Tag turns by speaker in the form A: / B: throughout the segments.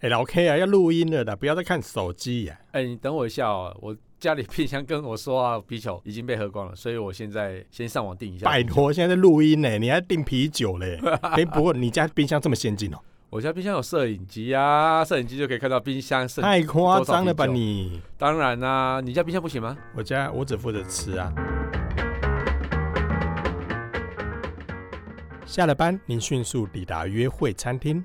A: 哎、老 K 啊，要录音了啦，不要再看手机啊呀、
B: 哎、你等我一下哦，我家里冰箱跟我说啊，啤酒已经被喝光了，所以我现在先上网订一下。
A: 拜托，现在在录音呢、你还订啤酒 嘞？哎、不过你家冰箱这么先进哦、
B: 我家冰箱有摄影机啊，摄影机就可以看到冰箱摄。
A: 太夸张了吧
B: 多少啤酒
A: 你？
B: 当然啦、你家冰箱不行吗？
A: 我家我只负责吃啊。下了班，您迅速抵达约会餐厅，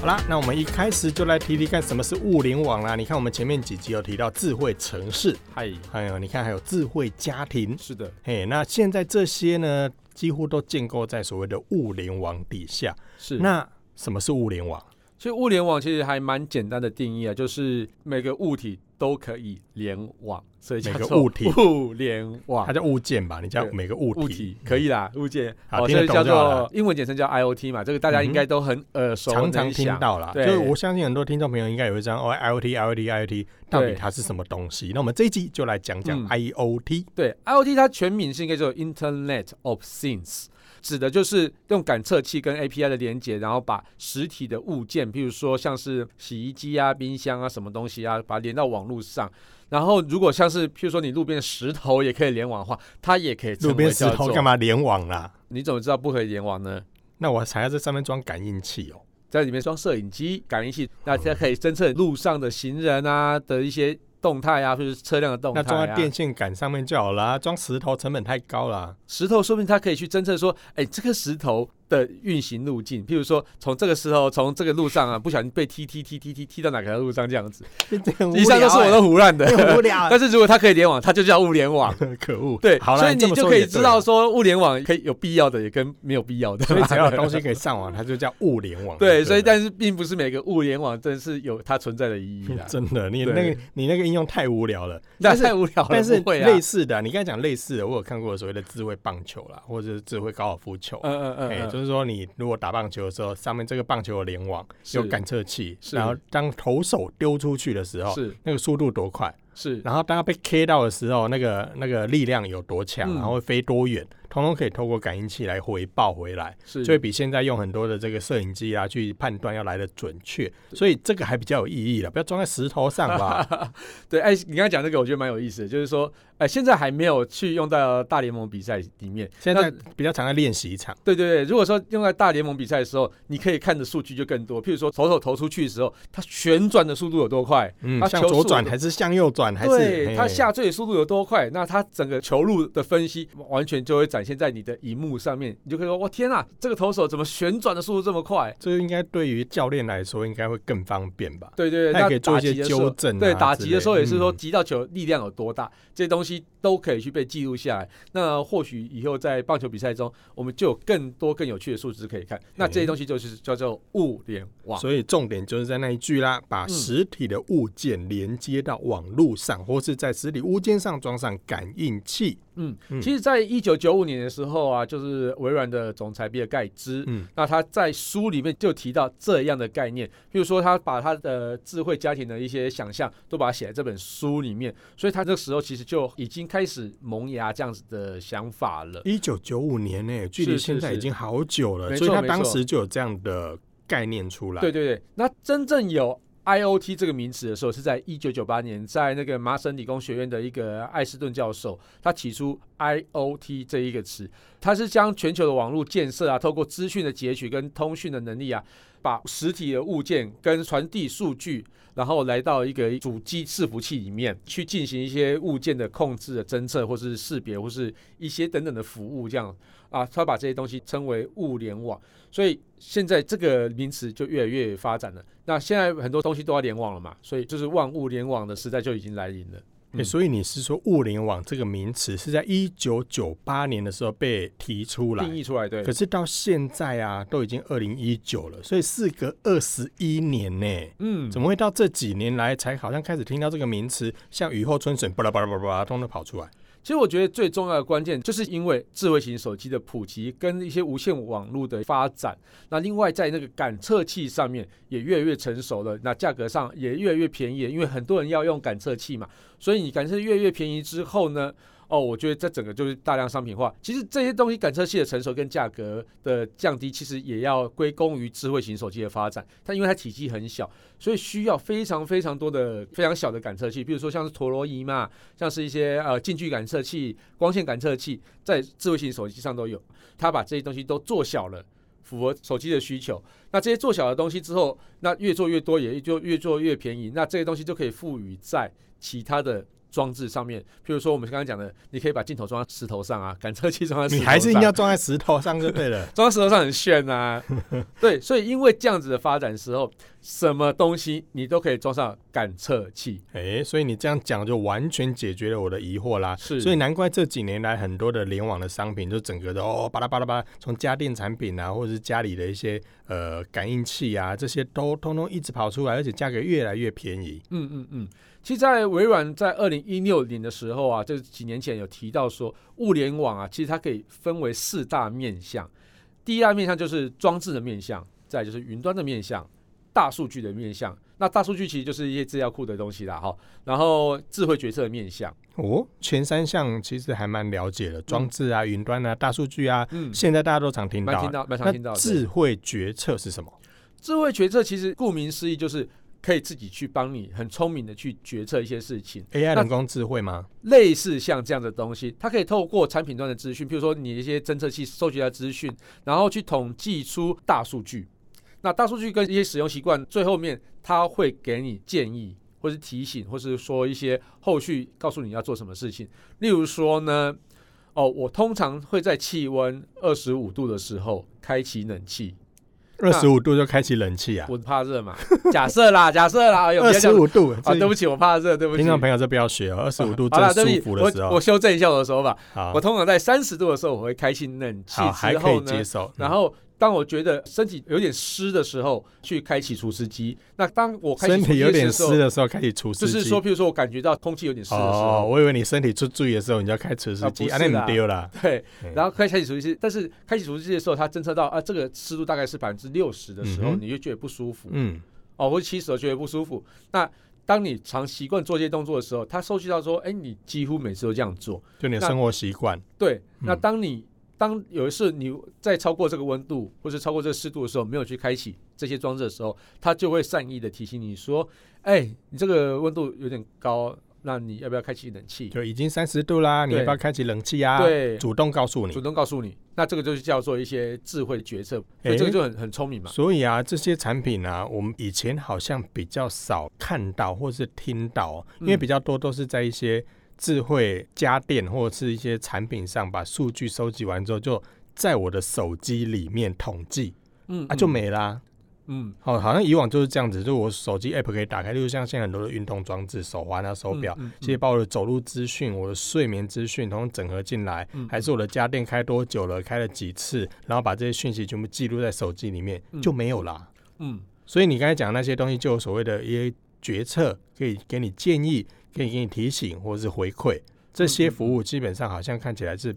A: 好啦，那我们一开始就来提提看什么是物联网啦。你看我们前面几集有提到智慧城市，
B: 嗨，
A: 还有你看还有智慧家庭，
B: 是的，
A: 嘿，那现在这些呢，几乎都建构在所谓的物联网底下。
B: 是
A: 那什么是物联网？
B: 其实物联网其实还蛮简单的定义啊，就是每个物体都可以联网，所以叫
A: 每个
B: 做
A: 物体
B: 物联网
A: 它。叫物件吧？你叫
B: 对
A: 每个物体
B: 物体可以啦，物件
A: 好
B: 哦，
A: 听
B: 所
A: 得
B: 以
A: 懂
B: 叫
A: 就好了嗯
B: 做英文简称叫 IOT 嘛，这个大家应该都很耳熟
A: 常常
B: 能
A: 听
B: 详。
A: 到啦，就
B: 对
A: 是我相信很多听众朋友应该有一张哦，IOT、IOT、IOT，到底
B: 对
A: 它是什么东西？那我们这一集就来讲讲
B: 嗯
A: IOT，
B: 对，IOT 它全名是应该叫做 Internet of Things，指的就是用感测器跟 API 的连接，然后把实体的物件，譬如说像是洗衣机啊、冰箱啊、什么东西啊，把它连到网络上。然后如果像是譬如说你路边的石头也可以联网的话，它也可以成
A: 路边
B: 为
A: 石
B: 叫
A: 头
B: 做
A: 干嘛联网啦？
B: 你怎么知道不可以联网呢？
A: 那我还要在上面装感应器哦。
B: 在里面装摄影机、感应器，那它可以侦测路上的行人啊的一些动态啊，或者是车辆的动态、
A: 那装
B: 啊。
A: 在电线杆上面就好啦，装石头成本太高啦。
B: 石头，说不定它可以去侦测说，哎，这个石头的运行路径，譬如说从这个石头从这个路上啊，不小心被踢踢踢踢踢踢到哪条路上这样子。
A: 这这很无
B: 以上都
A: 聊
B: 是我
A: 欸
B: 的胡乱的，
A: 很无聊欸
B: 但是如果它可以联网，它就叫物联网。
A: 可恶。
B: 对，
A: 好了，
B: 所以
A: 这
B: 你
A: 么
B: 就
A: 说
B: 可
A: 也
B: 以
A: 对
B: 知道说物联网可以有必要的，也跟没有必要的。
A: 所 以只要有东西可以上网，它就叫物联网。
B: 对，所以
A: 不。
B: 但是并不是每个物联网真是有它存在的意义 啦
A: 真的，你
B: 对
A: 那个你那个应用太无聊了。
B: 那
A: 但是
B: 太无聊了，
A: 但是
B: 不会啊
A: 类似的，你刚才讲类似的，我有看过所谓的智慧棒球啦，或者是智慧高尔夫球。
B: 嗯嗯嗯
A: 哎、
B: 嗯，
A: 就是说你如果打棒球的时候，上面这个棒球有联网，
B: 是
A: 有感测器，
B: 是
A: 然后当投手丢出去的时候，
B: 是
A: 那个速度多快，
B: 是
A: 然后当他被 K 到的时候，那个那个力量有多强，
B: 嗯
A: 然后会飞多远，通通可以透过感应器来回报回来，
B: 是，
A: 就会比现在用很多的这个摄影机啊去判断要来的准确，所以这个还比较有意义了，不要装在石头上 吧。
B: 对，哎，你刚刚讲这个我觉得蛮有意思的，就是说，哎，现在还没有去用到大联盟比赛里面。
A: 现在
B: 那
A: 比较常在练习场，
B: 对对对，如果说用在大联盟比赛的时候，你可以看的数据就更多，譬如说投手投出去的时候，它旋转的速度有多快，
A: 嗯，
B: 它
A: 向
B: 球
A: 左
B: 速
A: 转
B: 有
A: 还是向右转，还是
B: 对，它
A: 嘿
B: 下坠的速度有多快，那它整个球路的分析完全就会展现在你的荧幕上面，你就可以说，哇，天啊，这个投手怎么旋转的速度这么快？
A: 这应该对于教练来说应该会更方便吧？
B: 对对对，
A: 他也
B: 那
A: 可以做一些
B: 打击的时候
A: 纠正啊
B: 对，打
A: 之
B: 击的时候
A: 类
B: 也是说
A: 嗯
B: 击到球力量有多大，这些东西都可以去被记录下来。那或许以后在棒球比赛中，我们就有更多更有趣的数值可以看。那这些东西就是叫做物联网。
A: 所以重点就是在那一句啦，把
B: 嗯
A: 实体的物件连接到网络上，或是在实体物件上装上感应器。
B: 嗯
A: 嗯，
B: 其实，在一九九五年的时候啊，就是微软的总裁比尔盖茨，
A: 嗯
B: 那他在书里面就提到这样的概念，比如说他把他的智慧家庭的一些想象都把它写在这本书里面，所以他这时候其实就已经开始萌芽这样子的想法了。
A: 一九九五年呢、距离
B: 是
A: 现在已
B: 是
A: 经好久了，
B: 没
A: 所以
B: 错
A: 他
B: 没
A: 当
B: 错
A: 时就有这样的概念出来。
B: 对对对，那真正有 IOT 这个名词的时候，是在一九九八年，在那个麻省理工学院的一个艾斯顿教授，他提出 IOT 这一个词，他是将全球的网络建设啊，透过资讯的截取跟通讯的能力啊，把实体的物件跟传递数据，然后来到一个主机伺服器里面去进行一些物件的控制的侦测，或是识别，或是一些等等的服务这样啊，他把这些东西称为物联网。所以现在这个名词就越来越发展了。那现在很多东西都要联网了嘛，所以就是万物联网的时代就已经来临了。
A: 欸
B: 嗯
A: 所以你是说物联网这个名词是在一九九八年的时候被提出来
B: 定，义出来，对
A: 可，是到现在啊，都已经二零一九了，所以事隔二十一年呢、
B: 嗯，
A: 怎么会到这几年来才好像开始听到这个名词，像雨后春笋，巴拉巴拉巴拉巴拉，通通跑出来？
B: 其实我觉得最重要的关键，就是因为智慧型手机的普及跟一些无线网络的发展，那另外在那个感测器上面也越来越成熟了，那价格上也越来越便宜了，因为很多人要用感测器嘛，所以你感测越来越便宜之后呢，哦，我觉得这整个就是大量商品化。其实这些东西感测器的成熟跟价格的降低，其实也要归功于智慧型手机的发展。它因为它体积很小，所以需要非常非常多的非常小的感测器，比如说像是陀螺仪嘛，像是一些呃近距感测器、光线感测器，在智慧型手机上都有。它把这些东西都做小了。符合手机的需求，那这些做小的东西之后，那越做越多，也就越做越便宜。那这些东西就可以赋予在其他的装置上面，譬如说我们刚刚讲的，你可以把镜头装在石头上啊，感测器装在石头上，。
A: 你还是硬要装在石头上就对了
B: 装在石头上很炫啊。 对，所以因为这样子的发展时候，什么东西你都可以装上感测器，
A: 哎、所以你这样讲就完全解决了我的疑惑啦。
B: 是
A: 所以难怪这几年来很多的联网的商品，就整个的哦巴拉巴拉巴拉，从家电产品啊，或者是家里的一些呃感应器啊，这些都通通一直跑出来，而且价格越来越便宜。
B: 嗯嗯嗯。其实，在微软在二零一六年的时候啊，就是几年前有提到说，物联网啊，其实它可以分为四大面向。第一大面向就是装置的面向，再来就是云端的面向，大数据的面向。那大数据其实就是一些资料库的东西啦，哈。然后智慧决策的面向，
A: 哦，前三项其实还蛮了解的，装置啊、云端啊、大数据啊，
B: 嗯，
A: 现在大家都常听到
B: 蛮
A: 啊。
B: 听到蛮常听到
A: 那
B: 的。
A: 智慧决策是什么？
B: 智慧决策其实顾名思义就是可以自己去帮你很聪明的去决策一些事情。
A: AI
B: 那
A: 人工智慧吗？
B: 类似像这样的东西，它可以透过产品端的资讯，譬如说你一些侦测器收集到的资讯，然后去统计出大数据。那大数据跟一些使用习惯，最后面它会给你建议，或是提醒，或是说一些后续告诉你要做什么事情。例如说呢，哦，我通常会在气温二十五度的时候开启冷气，
A: 二十五度就开启冷气啊，
B: 我怕热嘛。 假设啦，假设啦，哎呦，
A: 二
B: 不
A: 十
B: 要讲
A: 五度
B: 啊，对
A: 这
B: 不起，我怕热，对不起。
A: 听众朋友这不要学哦，二十五度
B: 好啦
A: 正
B: 对
A: 舒
B: 不起
A: 服的时
B: 我我
A: 候，
B: 修正一下我的说法。
A: 好
B: 我，通常在三十度的时候，我会开启冷气
A: 好还
B: 之
A: 可以
B: 后呢
A: 接，受。
B: 然后当我觉得身体有点湿的时候，去开启除湿机。那当我开启
A: 身
B: 除
A: 体有
B: 湿机
A: 点
B: 的时
A: 湿
B: 候，
A: 的时候开始除湿
B: 就
A: 机，
B: 是说，譬如说我感觉到空气有点湿的时
A: 哦，
B: 候，
A: 我以为你身体出注意的时候你就要开除湿机，
B: 啊
A: 啊，那
B: 不是
A: 你
B: 啦
A: 丢了。
B: 对
A: 嗯，
B: 然后开开启除湿机，但是开启除湿机的时候，它侦测到啊，这个湿度大概是百分之六十的时候，
A: 嗯哼
B: 你就觉得不舒服。
A: 嗯，
B: 哦，或者起手觉得不舒服。那当你常习惯做这些动作的时候，他收集到说，哎、你几乎每次都这样做。
A: 就你的
B: 那
A: 生活习惯，
B: 对，那
A: 嗯
B: 当你、当有一次你在超过这个温度或是超过这个湿度的时候，没有去开启这些装置的时候，它就会善意的提醒你说，哎、你这个温度有点高，那你要不要开启冷气？
A: 就已经三十度啦，你
B: 对
A: 要不要开启冷气啊？，
B: 对。
A: 主动告诉
B: 主
A: 你。
B: 动告诉你，那这个就是叫做一些智慧决策，所以这
A: 哎
B: 个就很很聪明嘛。
A: 所以啊，这些产品啊，我们以前好像比较少看到或是听到，因为
B: 嗯
A: 比较多都是在一些智慧家电或者是一些产品上，把数据收集完之后，就在我的手机里面统计
B: 嗯
A: 啊，就
B: 嗯
A: 没啦。
B: 嗯
A: 哦，好像以往就是这样子，就是我手机 app 可以打开，例如像现在很多的运动装置、手环啊、手表，
B: 嗯嗯
A: 其实把我的走路资讯、我的睡眠资讯，统统整合进来，
B: 嗯
A: 还是我的家电开多久了、开了几次，然后把这些讯息全部记录在手机里面，
B: 嗯
A: 就没有啦。
B: 嗯
A: 所以你刚才讲的那些东西，就有所谓的一些决策，可以给你建议，可以给你提醒或是回馈，这些服务基本上好像看起来是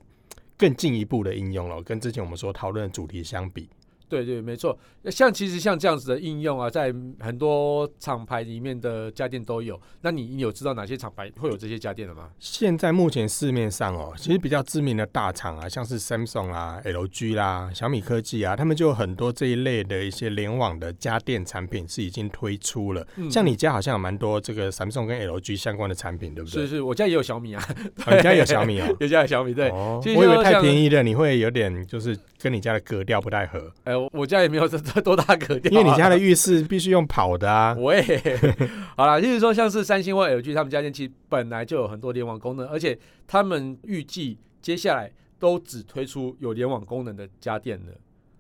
A: 更进一步的应用了，跟之前我们所讨论的主题相比。
B: 对对，没错。呃像其实像这样子的应用啊，在很多厂牌里面的家电都有。那你你有知道哪些厂牌会有这些家电的吗？
A: 现在目前市面上哦，其实比较知名的大厂啊，像是 Samsung 啦、LG 啦、小米科技啊，他们就有很多这一类的一些联网的家电产品是已经推出了。
B: 嗯
A: 像你家好像有蛮多这个 Samsung 跟 LG 相关的产品，对不
B: 是
A: 对？
B: 是，我家也有小米啊，
A: 哦你家有小米 哦。
B: 有家有小米。对，
A: 哦
B: 其实
A: 我以为
B: 就
A: 太
B: 像
A: 便宜了，你会有点就是跟你家的格调不太合，
B: 哎，我我家也没有这这多大格调啊、
A: 因为你 家的浴室必须用跑的啊。
B: 喂，好啦，就是说像是三星或 LG 他们家电，其实本来就有很多联网功能，而且他们预计接下来都只推出有联网功能的家电了。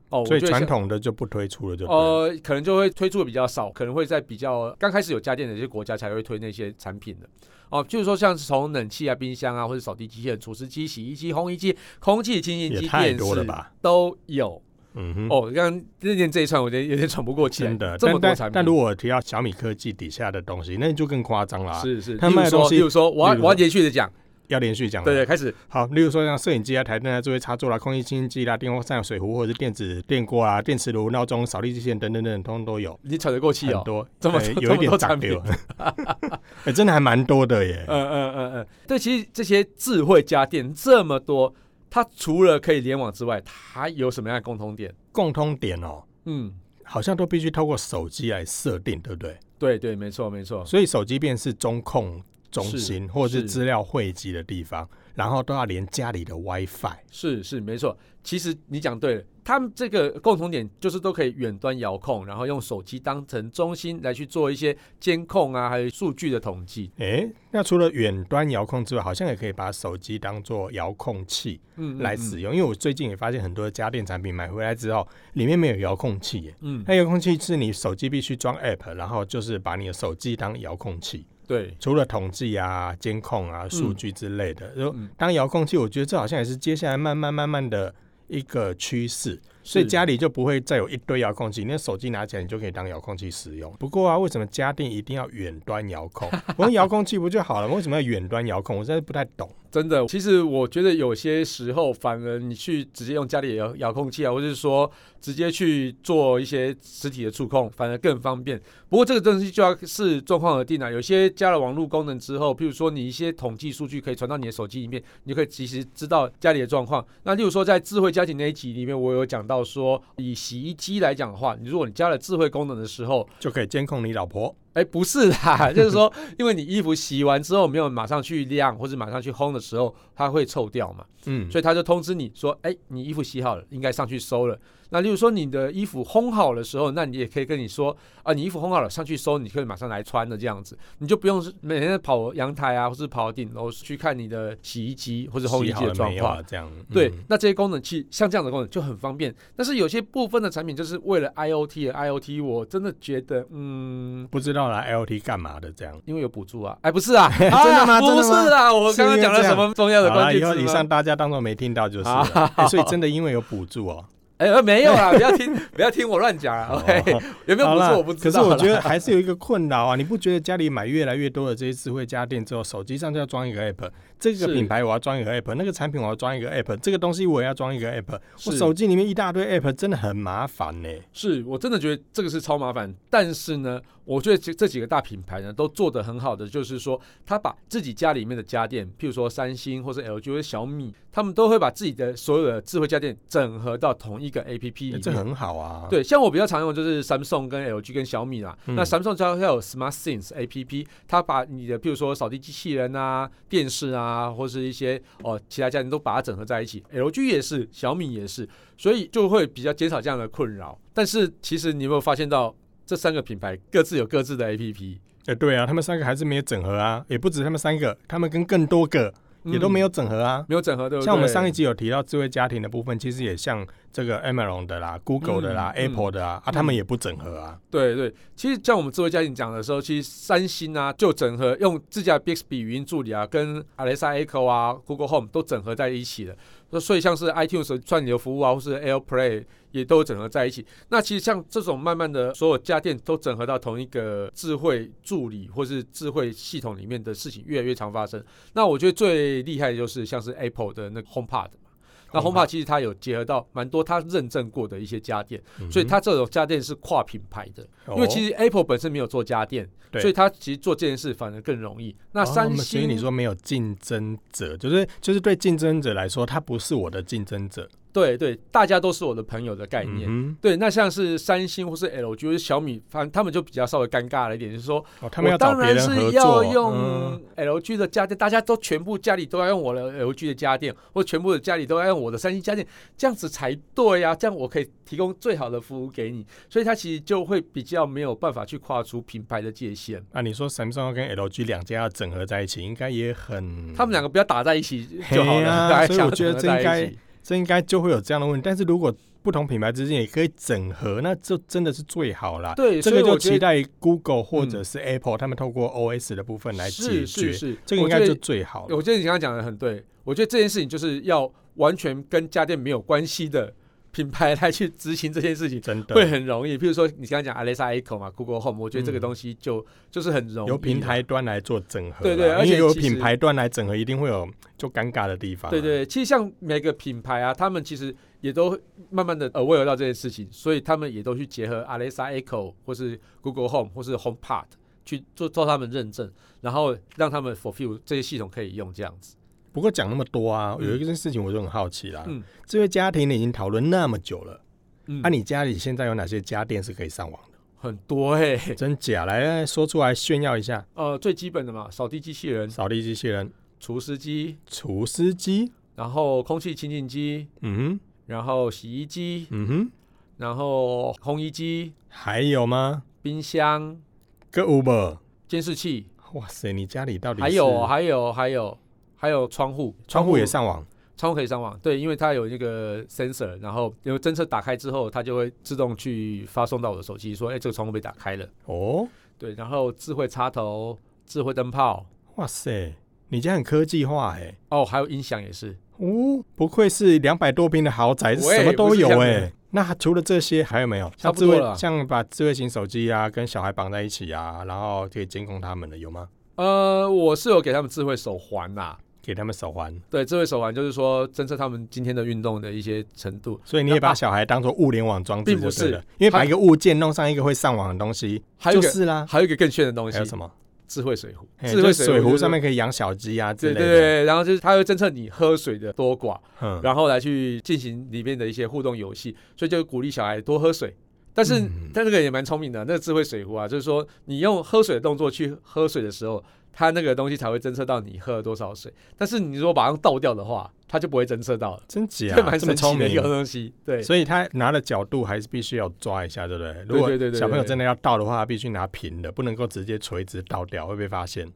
B: 哦，我
A: 所以
B: 觉得像
A: 传统的就不推出了，就对了
B: 呃，可能就会推出的比较少，可能会在比较刚开始有家电的一些国家才会推那些产品的。哦，就是说像是从冷气啊、冰箱啊，或者扫地机器人、除湿机、洗衣机、烘衣机、空气清新
A: 也
B: 机、
A: 太
B: 电
A: 多了
B: 视
A: 吧？
B: 都有。
A: 嗯哼。
B: 哦，刚刚念这一串，我觉得有点喘不过气来。
A: 真的，
B: 这么
A: 但
B: 多
A: 但
B: 产品，
A: 但如果提到小米科技底下的东西，那就更夸张了啊。
B: 是是，
A: 他
B: 例如
A: 卖的东
B: 说，
A: 西
B: 例如说，我
A: 例
B: 要
A: 如说
B: 我要连续的讲，
A: 要连续讲了。
B: 对对，开始
A: 好，例如说像摄影机啊、台灯啊、智慧插座啦、空气清新机啦、电风扇、水壶或者是电子电锅啊、电磁炉、闹钟、扫地机器人等等等，通通都有。
B: 你喘得过气
A: 很
B: 哦。
A: 多，
B: 这么
A: 对
B: 多
A: 有一
B: 这么多
A: 点
B: 产品
A: 丢， 哎，真的还蛮多的耶。
B: 嗯嗯嗯嗯，对，其实这些智慧家电这么多，它除了可以联网之外，它有什么样的共通点？
A: 共通点哦，
B: 嗯，
A: 好像都必须透过手机来设定，对不对？
B: 对对，没错没错，
A: 所以手机便是中控中心或者是
B: 哦是
A: 资料汇集的地方，然后都要连家里的 WiFi。
B: 是是没错。其实你讲对了，他们这个共同点就是都可以远端遥控，然后用手机当成中心来去做一些监控啊，还有数据的统计。
A: 诶，那除了远端遥控之外，好像也可以把手机当做遥控器
B: 嗯，嗯
A: 来使用。因为我最近也发现很多家电产品买回来之后，里面没有遥控器耶。
B: 嗯，嗯
A: 那遥控器是你手机必须装 App，然后就是把你的手机当遥控器。
B: 对，
A: 除了统计啊、监控啊、数据之类的，然后
B: 嗯
A: 当遥控器，我觉得这好像也是接下来慢慢慢慢的一个趋势。所以
B: 是
A: 家里就不会再有一堆遥控器，你的手机拿起来你就可以当遥控器使用。不过啊，为什么家电一定要远端遥 控？我用遥控器不就好了吗？为什么要远端遥控？我真的不太懂。
B: 真的，其实我觉得有些时候，反而你去直接用家里的遥遥控器啊，或者是说直接去做一些实体的触控，反而更方便。不过这个东西就要视状况而定啊。有些加了网络功能之后，譬如说你一些统计数据可以传到你的手机里面，你就可以及时知道家里的状况。那例如说在智慧家庭那一集里面，我有讲到说，以洗衣机来讲的话，你如果你加了智慧功能的时候，
A: 就可以监控你老婆。
B: 哎，不是啦， 就是说，因为你衣服洗完之后没有马上去晾或者马上去烘的时候，它会臭掉嘛。
A: 嗯，
B: 所以他就通知你说，哎，你衣服洗好了，应该上去收了。那例如说你的衣服烘好的时候，那你也可以跟你说，啊，你衣服烘好了，上去收，你可以马上来穿的这样子，你就不用是每天跑阳台啊，或是跑顶楼去看你的洗衣机或是烘
A: 洗
B: 衣
A: 好
B: 机的
A: 了
B: 状
A: 没有
B: 况
A: 啊？。这样
B: 对
A: 嗯，
B: 那这些功能其实像这样的功能就很方便，但是有些部分的产品就是为了 IOT 而 IOT，我真的觉得，嗯，
A: 不知道来 LT 干嘛的这样。
B: 因为有补助啊，哎，不是 啊，真
A: 的吗真
B: 不
A: 的吗
B: 是啦，我
A: 是
B: 刚刚
A: 因为
B: 讲了
A: 这
B: 什
A: 样
B: 么重要的
A: 好
B: 关
A: 了，
B: 键
A: 以
B: 词
A: 后
B: 吗？
A: 以上大家当做没听到就是了、 哎所以真的因为有补助哦。
B: 哎、呃，没有啦，不要听， 不要听我乱讲啊。OK，有没有
A: 好
B: 不
A: 啦
B: 错我不知道
A: 可是我
B: 啦
A: 觉得还是有一个困扰啊，你 不觉得家里买越来越多的这些智慧家电之后，手机上就要装一个 app，这个
B: 是
A: 品牌我要装一个 app，那个产品我要装一个 app，这个东西我也要装一个 app，我
B: 是
A: 手机里面一大堆 app 真的很麻烦呢、
B: 是我真的觉得这个是超麻烦，但是呢，我觉得这这几个大品牌呢都做得很好的，就是说他把自己家里面的家电，譬如说三星或是 LG 或是小米，他们都会把自己的所有的智慧家电整合到同一个 APP 里
A: 欸
B: 面。
A: 这很好啊。，
B: 对，像我比较常用的就是 Samsung 跟 LG 跟小米啦。
A: 嗯
B: 那 Samsung 它有 Smart Things APP，它把你的譬如说扫地机器人啊、电视啊，或是一些哦其他家电都把它整合在一起。LG 也是，小米也是，所以就会比较减少这样的困扰。但是其实你有没有发现到这三个品牌各自有各自的 APP，
A: 哎、对啊，他们三个还是没有整合啊，也不止他们三个，他们跟更多个也都没
B: 有、
A: 有整合啊。
B: 嗯没有整合，对不对？
A: 像我们上一集有提到智慧家庭的部分，其实也像这个 Amazon 的啦、Google 的啦、
B: 嗯
A: Apple 的啊，啊，
B: 嗯
A: 他们也不整合啊。
B: 对对，其实像我们智慧家庭讲的时候，其实三星啊就整合用自家的 Bixby 语音助理啊，跟 Alexa Echo 啊、Google Home 都整合在一起了。那所以像是 iTunes 的串流服务啊，或是 AirPlay 也都整合在一起。那其实像这种慢慢的所有家电都整合到同一个智慧助理或是智慧系统里面的事情，越来越常发生。那我觉得最厉害的就是像是 Apple 的那个 HomePod 嘛。那
A: HomePod
B: HomePod 其实它有结合到蛮多它认证过的一些家电，
A: 嗯
B: 所以它这种家电是跨品牌的。因为
A: 哦
B: 其实 Apple 本身没有做家电，
A: 对
B: 所以它其实做这件事反而更容易。那三
A: 哦所以
B: 星，
A: 你说没有竞争者，就是就是对竞争者来说，他不是我的竞争者
B: 对对，大家都是我的朋友的概念。
A: 嗯
B: 对，那像是三星或是 LG 或是小米，反正他们就比较稍微尴尬了一点，就是说，
A: 哼哦，他们要
B: 我
A: 找
B: 当
A: 别
B: 然
A: 人
B: 是
A: 合
B: 要
A: 作，嗯
B: 用 LG 的家电，大家都全部家里都要用我的 LG 的家电，或全部的家里都要用我的三星家电，这样子才对呀、这样我可以提供最好的服务给你，所以它其实就会比较没有办法去跨出品牌的界限。
A: 啊，你说 Samsung 跟 LG 两家要整合在一起，应该也很，
B: 他们两
A: 个
B: 个不要打在一起就好
A: 嘿
B: 了。
A: 啊
B: 大家
A: 所以
B: 想
A: 我觉得
B: 合
A: 这
B: 在
A: 应
B: 一
A: 该
B: 起
A: 这应该就会有这样的问题。但是如果不同品牌之间也可以整合，那就真的是最好啦。
B: 对，
A: 这
B: 所以
A: 个就
B: 我觉
A: 期
B: 得嗯
A: 待 Google 或者是 Apple、他们透过 OS 的部分来解决，
B: 是是是，
A: 这个应
B: 我觉
A: 该就
B: 得
A: 最好了。
B: 我觉得你刚刚讲的很对，我觉得这件事情就是要完全跟家电没有关系的品牌来去执行这件事情。
A: 真的
B: 会很容易，譬如说你刚刚讲 Alexa Echo 嘛，Google Home，我觉得这个
A: 嗯
B: 东西就、就是很容易
A: 由平
B: 啦
A: 台端来做整合啦，
B: 啊对对而
A: 因为
B: 且
A: 有
B: 其实
A: 品牌端来整合，一定会有就尴尬的地方啊。
B: 对对，其实像每个品牌啊，他们其实也都慢慢的 aware 到这件事情，所以他们也都去结合 Alexa Echo 或是 Google Home 或是 HomePod 去做做他们认证，然后让他们 fulfill 这些系统可以用这样子。
A: 不过讲那么多啊，
B: 嗯
A: 有一件事情我就很好奇啦。
B: 嗯
A: 这位家庭你已经讨论那么久了，
B: 嗯
A: 啊，你家里现在有哪些家电是可以上网的？
B: 很多嘿、
A: 真假来来说出来炫耀一下。
B: 呃，最基本的嘛，扫地机器人、
A: 扫地机器人、
B: 除湿机，
A: 除湿机，
B: 然后空气清净机，
A: 嗯哼，
B: 然后洗衣机，
A: 嗯哼，
B: 然后烘衣机、
A: 还有吗？
B: 冰箱、
A: 个 Uber，
B: 监视器，
A: 哇塞，你家里到底是
B: 还有还有还有还有窗户，
A: 窗户也上网？
B: 窗户可以上网，对，因为它有那个 sensor，然后有侦测打开之后，它就会自动去发送到我的手机，说，哎、这个窗户被打开了。
A: 哦，
B: 对，然后智慧插头、智慧灯泡，
A: 哇塞，你家很科技化哎、
B: 哦，还有音响也是。
A: 哦，不愧是两百多平的豪宅，
B: 喂
A: 什么都有
B: 不是
A: 哎、
B: 这样的
A: 那除了这些还有没有？像
B: 差不
A: 智
B: 多
A: 慧
B: 了，
A: 像把智慧型手机啊跟小孩绑在一起啊，然后可以监控他们的有吗？
B: 呃，我是有给他们智慧手环啦、
A: 给他们手环，
B: 对，智慧手环就是说侦测他们今天的运动的一些程度。
A: 所以你也
B: 那
A: 把
B: 啊
A: 小孩当做物联网装置
B: 并不
A: 就对
B: 是
A: 了，因为把
B: 它
A: 一个物件弄上一个会上网的东西，
B: 还有
A: 就
B: 一个，
A: 是啦。
B: 还有一个更炫的东西
A: 还有，什么？
B: 智慧水壶。
A: 嘿
B: 智
A: 就
B: 慧
A: 水
B: 壶就
A: 壶
B: 是
A: 上面可以养小鸡啊之
B: 对
A: 类
B: 对
A: 的。
B: 对，然后就是它会侦测你喝水的多寡，
A: 嗯，
B: 然后来去进行里面的一些互动游戏，所以就鼓励小孩多喝水。但是
A: 嗯
B: 但那个也蛮聪明的，那个智慧水壶啊，就是说你用喝水的动作去喝水的时候，它那个东西才会侦测到你喝了多少水。但是你如果把它倒掉的话，它就不会侦测到了，
A: 真假啊
B: 这蛮
A: 这么
B: 神
A: 聪
B: 奇的一
A: 明
B: 个，东西。对，
A: 所以他拿的角度还是必须要抓一下，对不对？如果
B: 对对对
A: 小朋友
B: 对
A: 真的要倒的话，他必须拿平的，不能够直接垂直倒掉，会被发 现。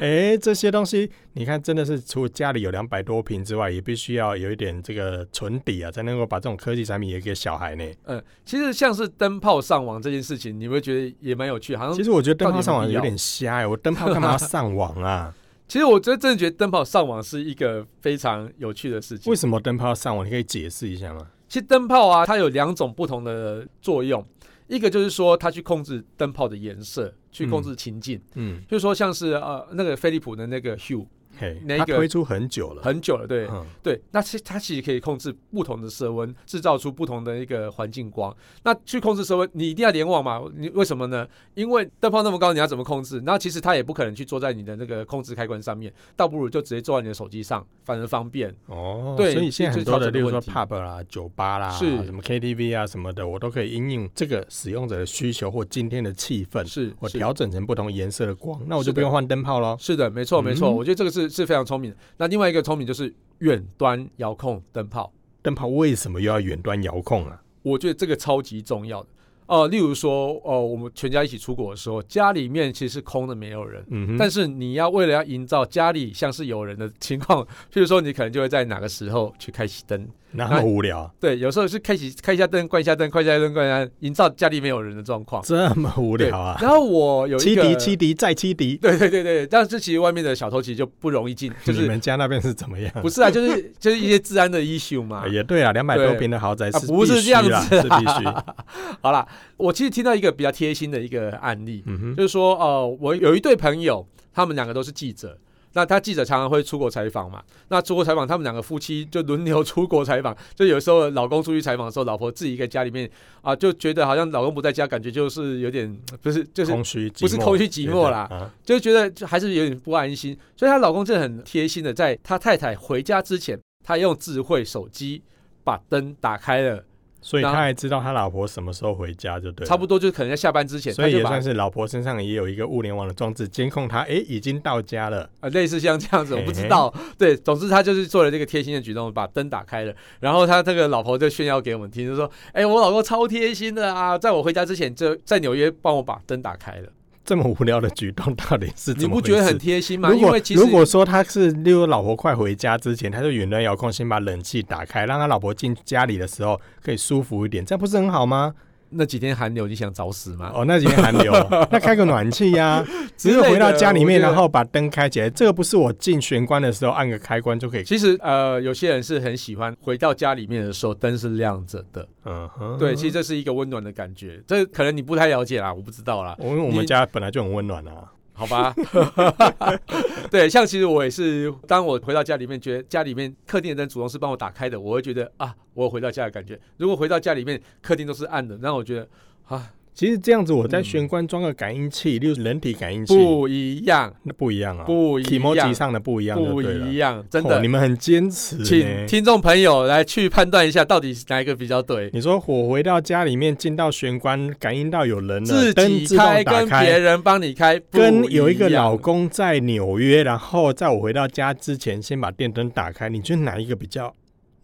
A: 哎、这些东西你看，真的是除了家里有两百多平之外，也必须要有一点这个存底啊，才能够把这种科技产品也给小孩呢。
B: 嗯，其实像是灯泡上网这件事情，你会觉得也蛮有趣，好像
A: 其实我觉得灯泡上
B: 嗯到
A: 网
B: 底
A: 有
B: 有没有必要
A: 点瞎哎、我灯泡干嘛要上网啊？
B: 其实我真真的觉得灯泡上网是一个非常有趣的事情
A: 为。什么灯泡要上网？你可以解释一下吗？
B: 其实灯泡啊，它有两种不同的作用，一个就是说它去控制灯泡的颜色，去控制情境，
A: 嗯，
B: 就是说像是呃那个飞利浦的那个 Hue
A: 嘿，
B: 那
A: 它
B: 个
A: 推出很久了，
B: 很久了，对、
A: 嗯
B: 对，那其实它其实可以控制不同的色温，制造出不同的一个环境光。那去控制色温，你一定要联网嘛？你为什么呢？因为灯泡那么高，你要怎么控制？那其实它也不可能去坐在你的那个控制开关上面，倒不如就直接坐在你的手机上，反而方便。
A: 哦，
B: 对
A: 所以现在很
B: 这
A: 多
B: 是
A: 的，
B: 调整
A: 例
B: 的
A: 如说
B: 问题
A: pub 啦、酒吧啦，
B: 是
A: 什么 KTV 啊什么的，我都可以因应这个使用者的需求或今天的气氛，
B: 是，
A: 我
B: 是
A: 调整成不同颜色的光，那我
B: 是
A: 就
B: 的
A: 不用换灯泡喽。
B: 是的，没错没错，
A: 嗯
B: 我觉得这个是是非常聪明的。那另外一个聪明就是远端遥控灯泡，
A: 灯泡为什么又要远端遥控啊？
B: 我觉得这个超级重要的。呃，例如说，呃，我们全家一起出国的时候，家里面其实是空的，没有人。
A: 嗯哼，
B: 但是你要为了要营造家里像是有人的情况，譬如说你可能就会在哪个时候去开启灯，
A: 那么无聊，啊
B: 对，有时候是开启开一下灯，关一下灯，关一下灯，关一下灯，营造家里没有人的状况。
A: 这么无
B: 对
A: 聊啊！
B: 然后我有一
A: 欺
B: 个
A: 敌，欺敌再欺敌，
B: 对对对对，但是其实外面的小偷其实就不容 易进，就
A: 你
B: 是
A: 们家那边是怎么样？
B: 不是啊，就是就是一些治安的 issue 嘛。
A: 也对啊，两百多
B: 对
A: 平的豪宅
B: 啊
A: 是
B: 不是
A: 必须
B: 这样
A: 啦
B: 子
A: 是必须。
B: 好啦，我其实听到一个比较贴心的一个案例，
A: 嗯哼，
B: 就是说，呃，我有一对朋友，他们两个都是记者。那他记者常常会出国采访嘛？那出国采访，他们两个夫妻就轮流出国采访，就有时候老公出去采访的时候，老婆自己在家里面啊，就觉得好像老公不在家，感觉就是有点不是，就是
A: 空虚寂
B: 不是
A: 寞
B: 空虚寂寞啦，
A: 觉得啊
B: 就觉得就还是有点不安心。所以她老公真的很贴心的，在她太太回家之前，他用智慧手机把灯打开了，
A: 所以
B: 然
A: 他
B: 后
A: 还知道他老婆什么时候回家，就对了，
B: 差不多就是可能在下班之前，
A: 所以
B: 他就
A: 也
B: 把
A: 算是老婆身上也有一个物联网的装置监控她，哎、已经到家了。
B: 啊，类似像这样子，
A: 嘿
B: 我
A: 嘿
B: 不知道。对，总之他就是做了这个贴心的举动，把灯打开了。然后他这个老婆就炫耀给我们听，就说：“哎、我老公超贴心的啊，在我回家之前就在纽约帮我把灯打开了。
A: 这么无聊的举动到底是”
B: 你
A: 怎么
B: 不
A: 回事
B: 觉得很贴心吗？
A: 如
B: 因
A: 果
B: 为其实
A: 如果说他是，例如老婆快回家之前，他就远端遥控先把冷气打开，让他老婆进家里的时候可以舒服一点，这样不是很好吗？
B: 那几天寒流，你想找死吗？
A: 哦，那几天寒流， 那开个暖气呀、只是
B: 啊之类的
A: 回到家里面，
B: 我觉得
A: 然后把灯开起来，这个不是我进玄关的时候按个开关就可以。
B: 其实呃，有些人是很喜欢回到家里面的时候灯是亮着的，
A: 嗯哼，
B: 对，其实这是一个温暖的感觉，这可能你不太了解啦，我不知道啦，
A: 我因为我们
B: 你
A: 家本来就很温暖啊。
B: 好吧？ 对，像其实我也是，当我回到家里面，觉得家里面客厅的灯主动是帮我打开的，我会觉得啊，我有回到家的感觉。如果回到家里面客厅都是暗的，让我觉得啊
A: 其实这样子，我在
B: 嗯
A: 玄关装个感应器，例如人体感应器，
B: 不一样，
A: 那不一样啊，
B: 不
A: 体
B: 一
A: 模级
B: 样，
A: 上的不一样就
B: 不
A: 对了，
B: 一样，真
A: 哦
B: 的
A: 你。们很坚持呢。
B: 请听众朋友来去判断一下，到底是哪一个比较对。
A: 你说我回到家里面，进到玄关，感应到有人了，
B: 自
A: 灯自动
B: 己开
A: 打
B: 跟别
A: 开。
B: 人帮你开不样，
A: 跟有一个老公在纽约，然后在我回到家之前，先把电灯打开。你觉得哪一个比较？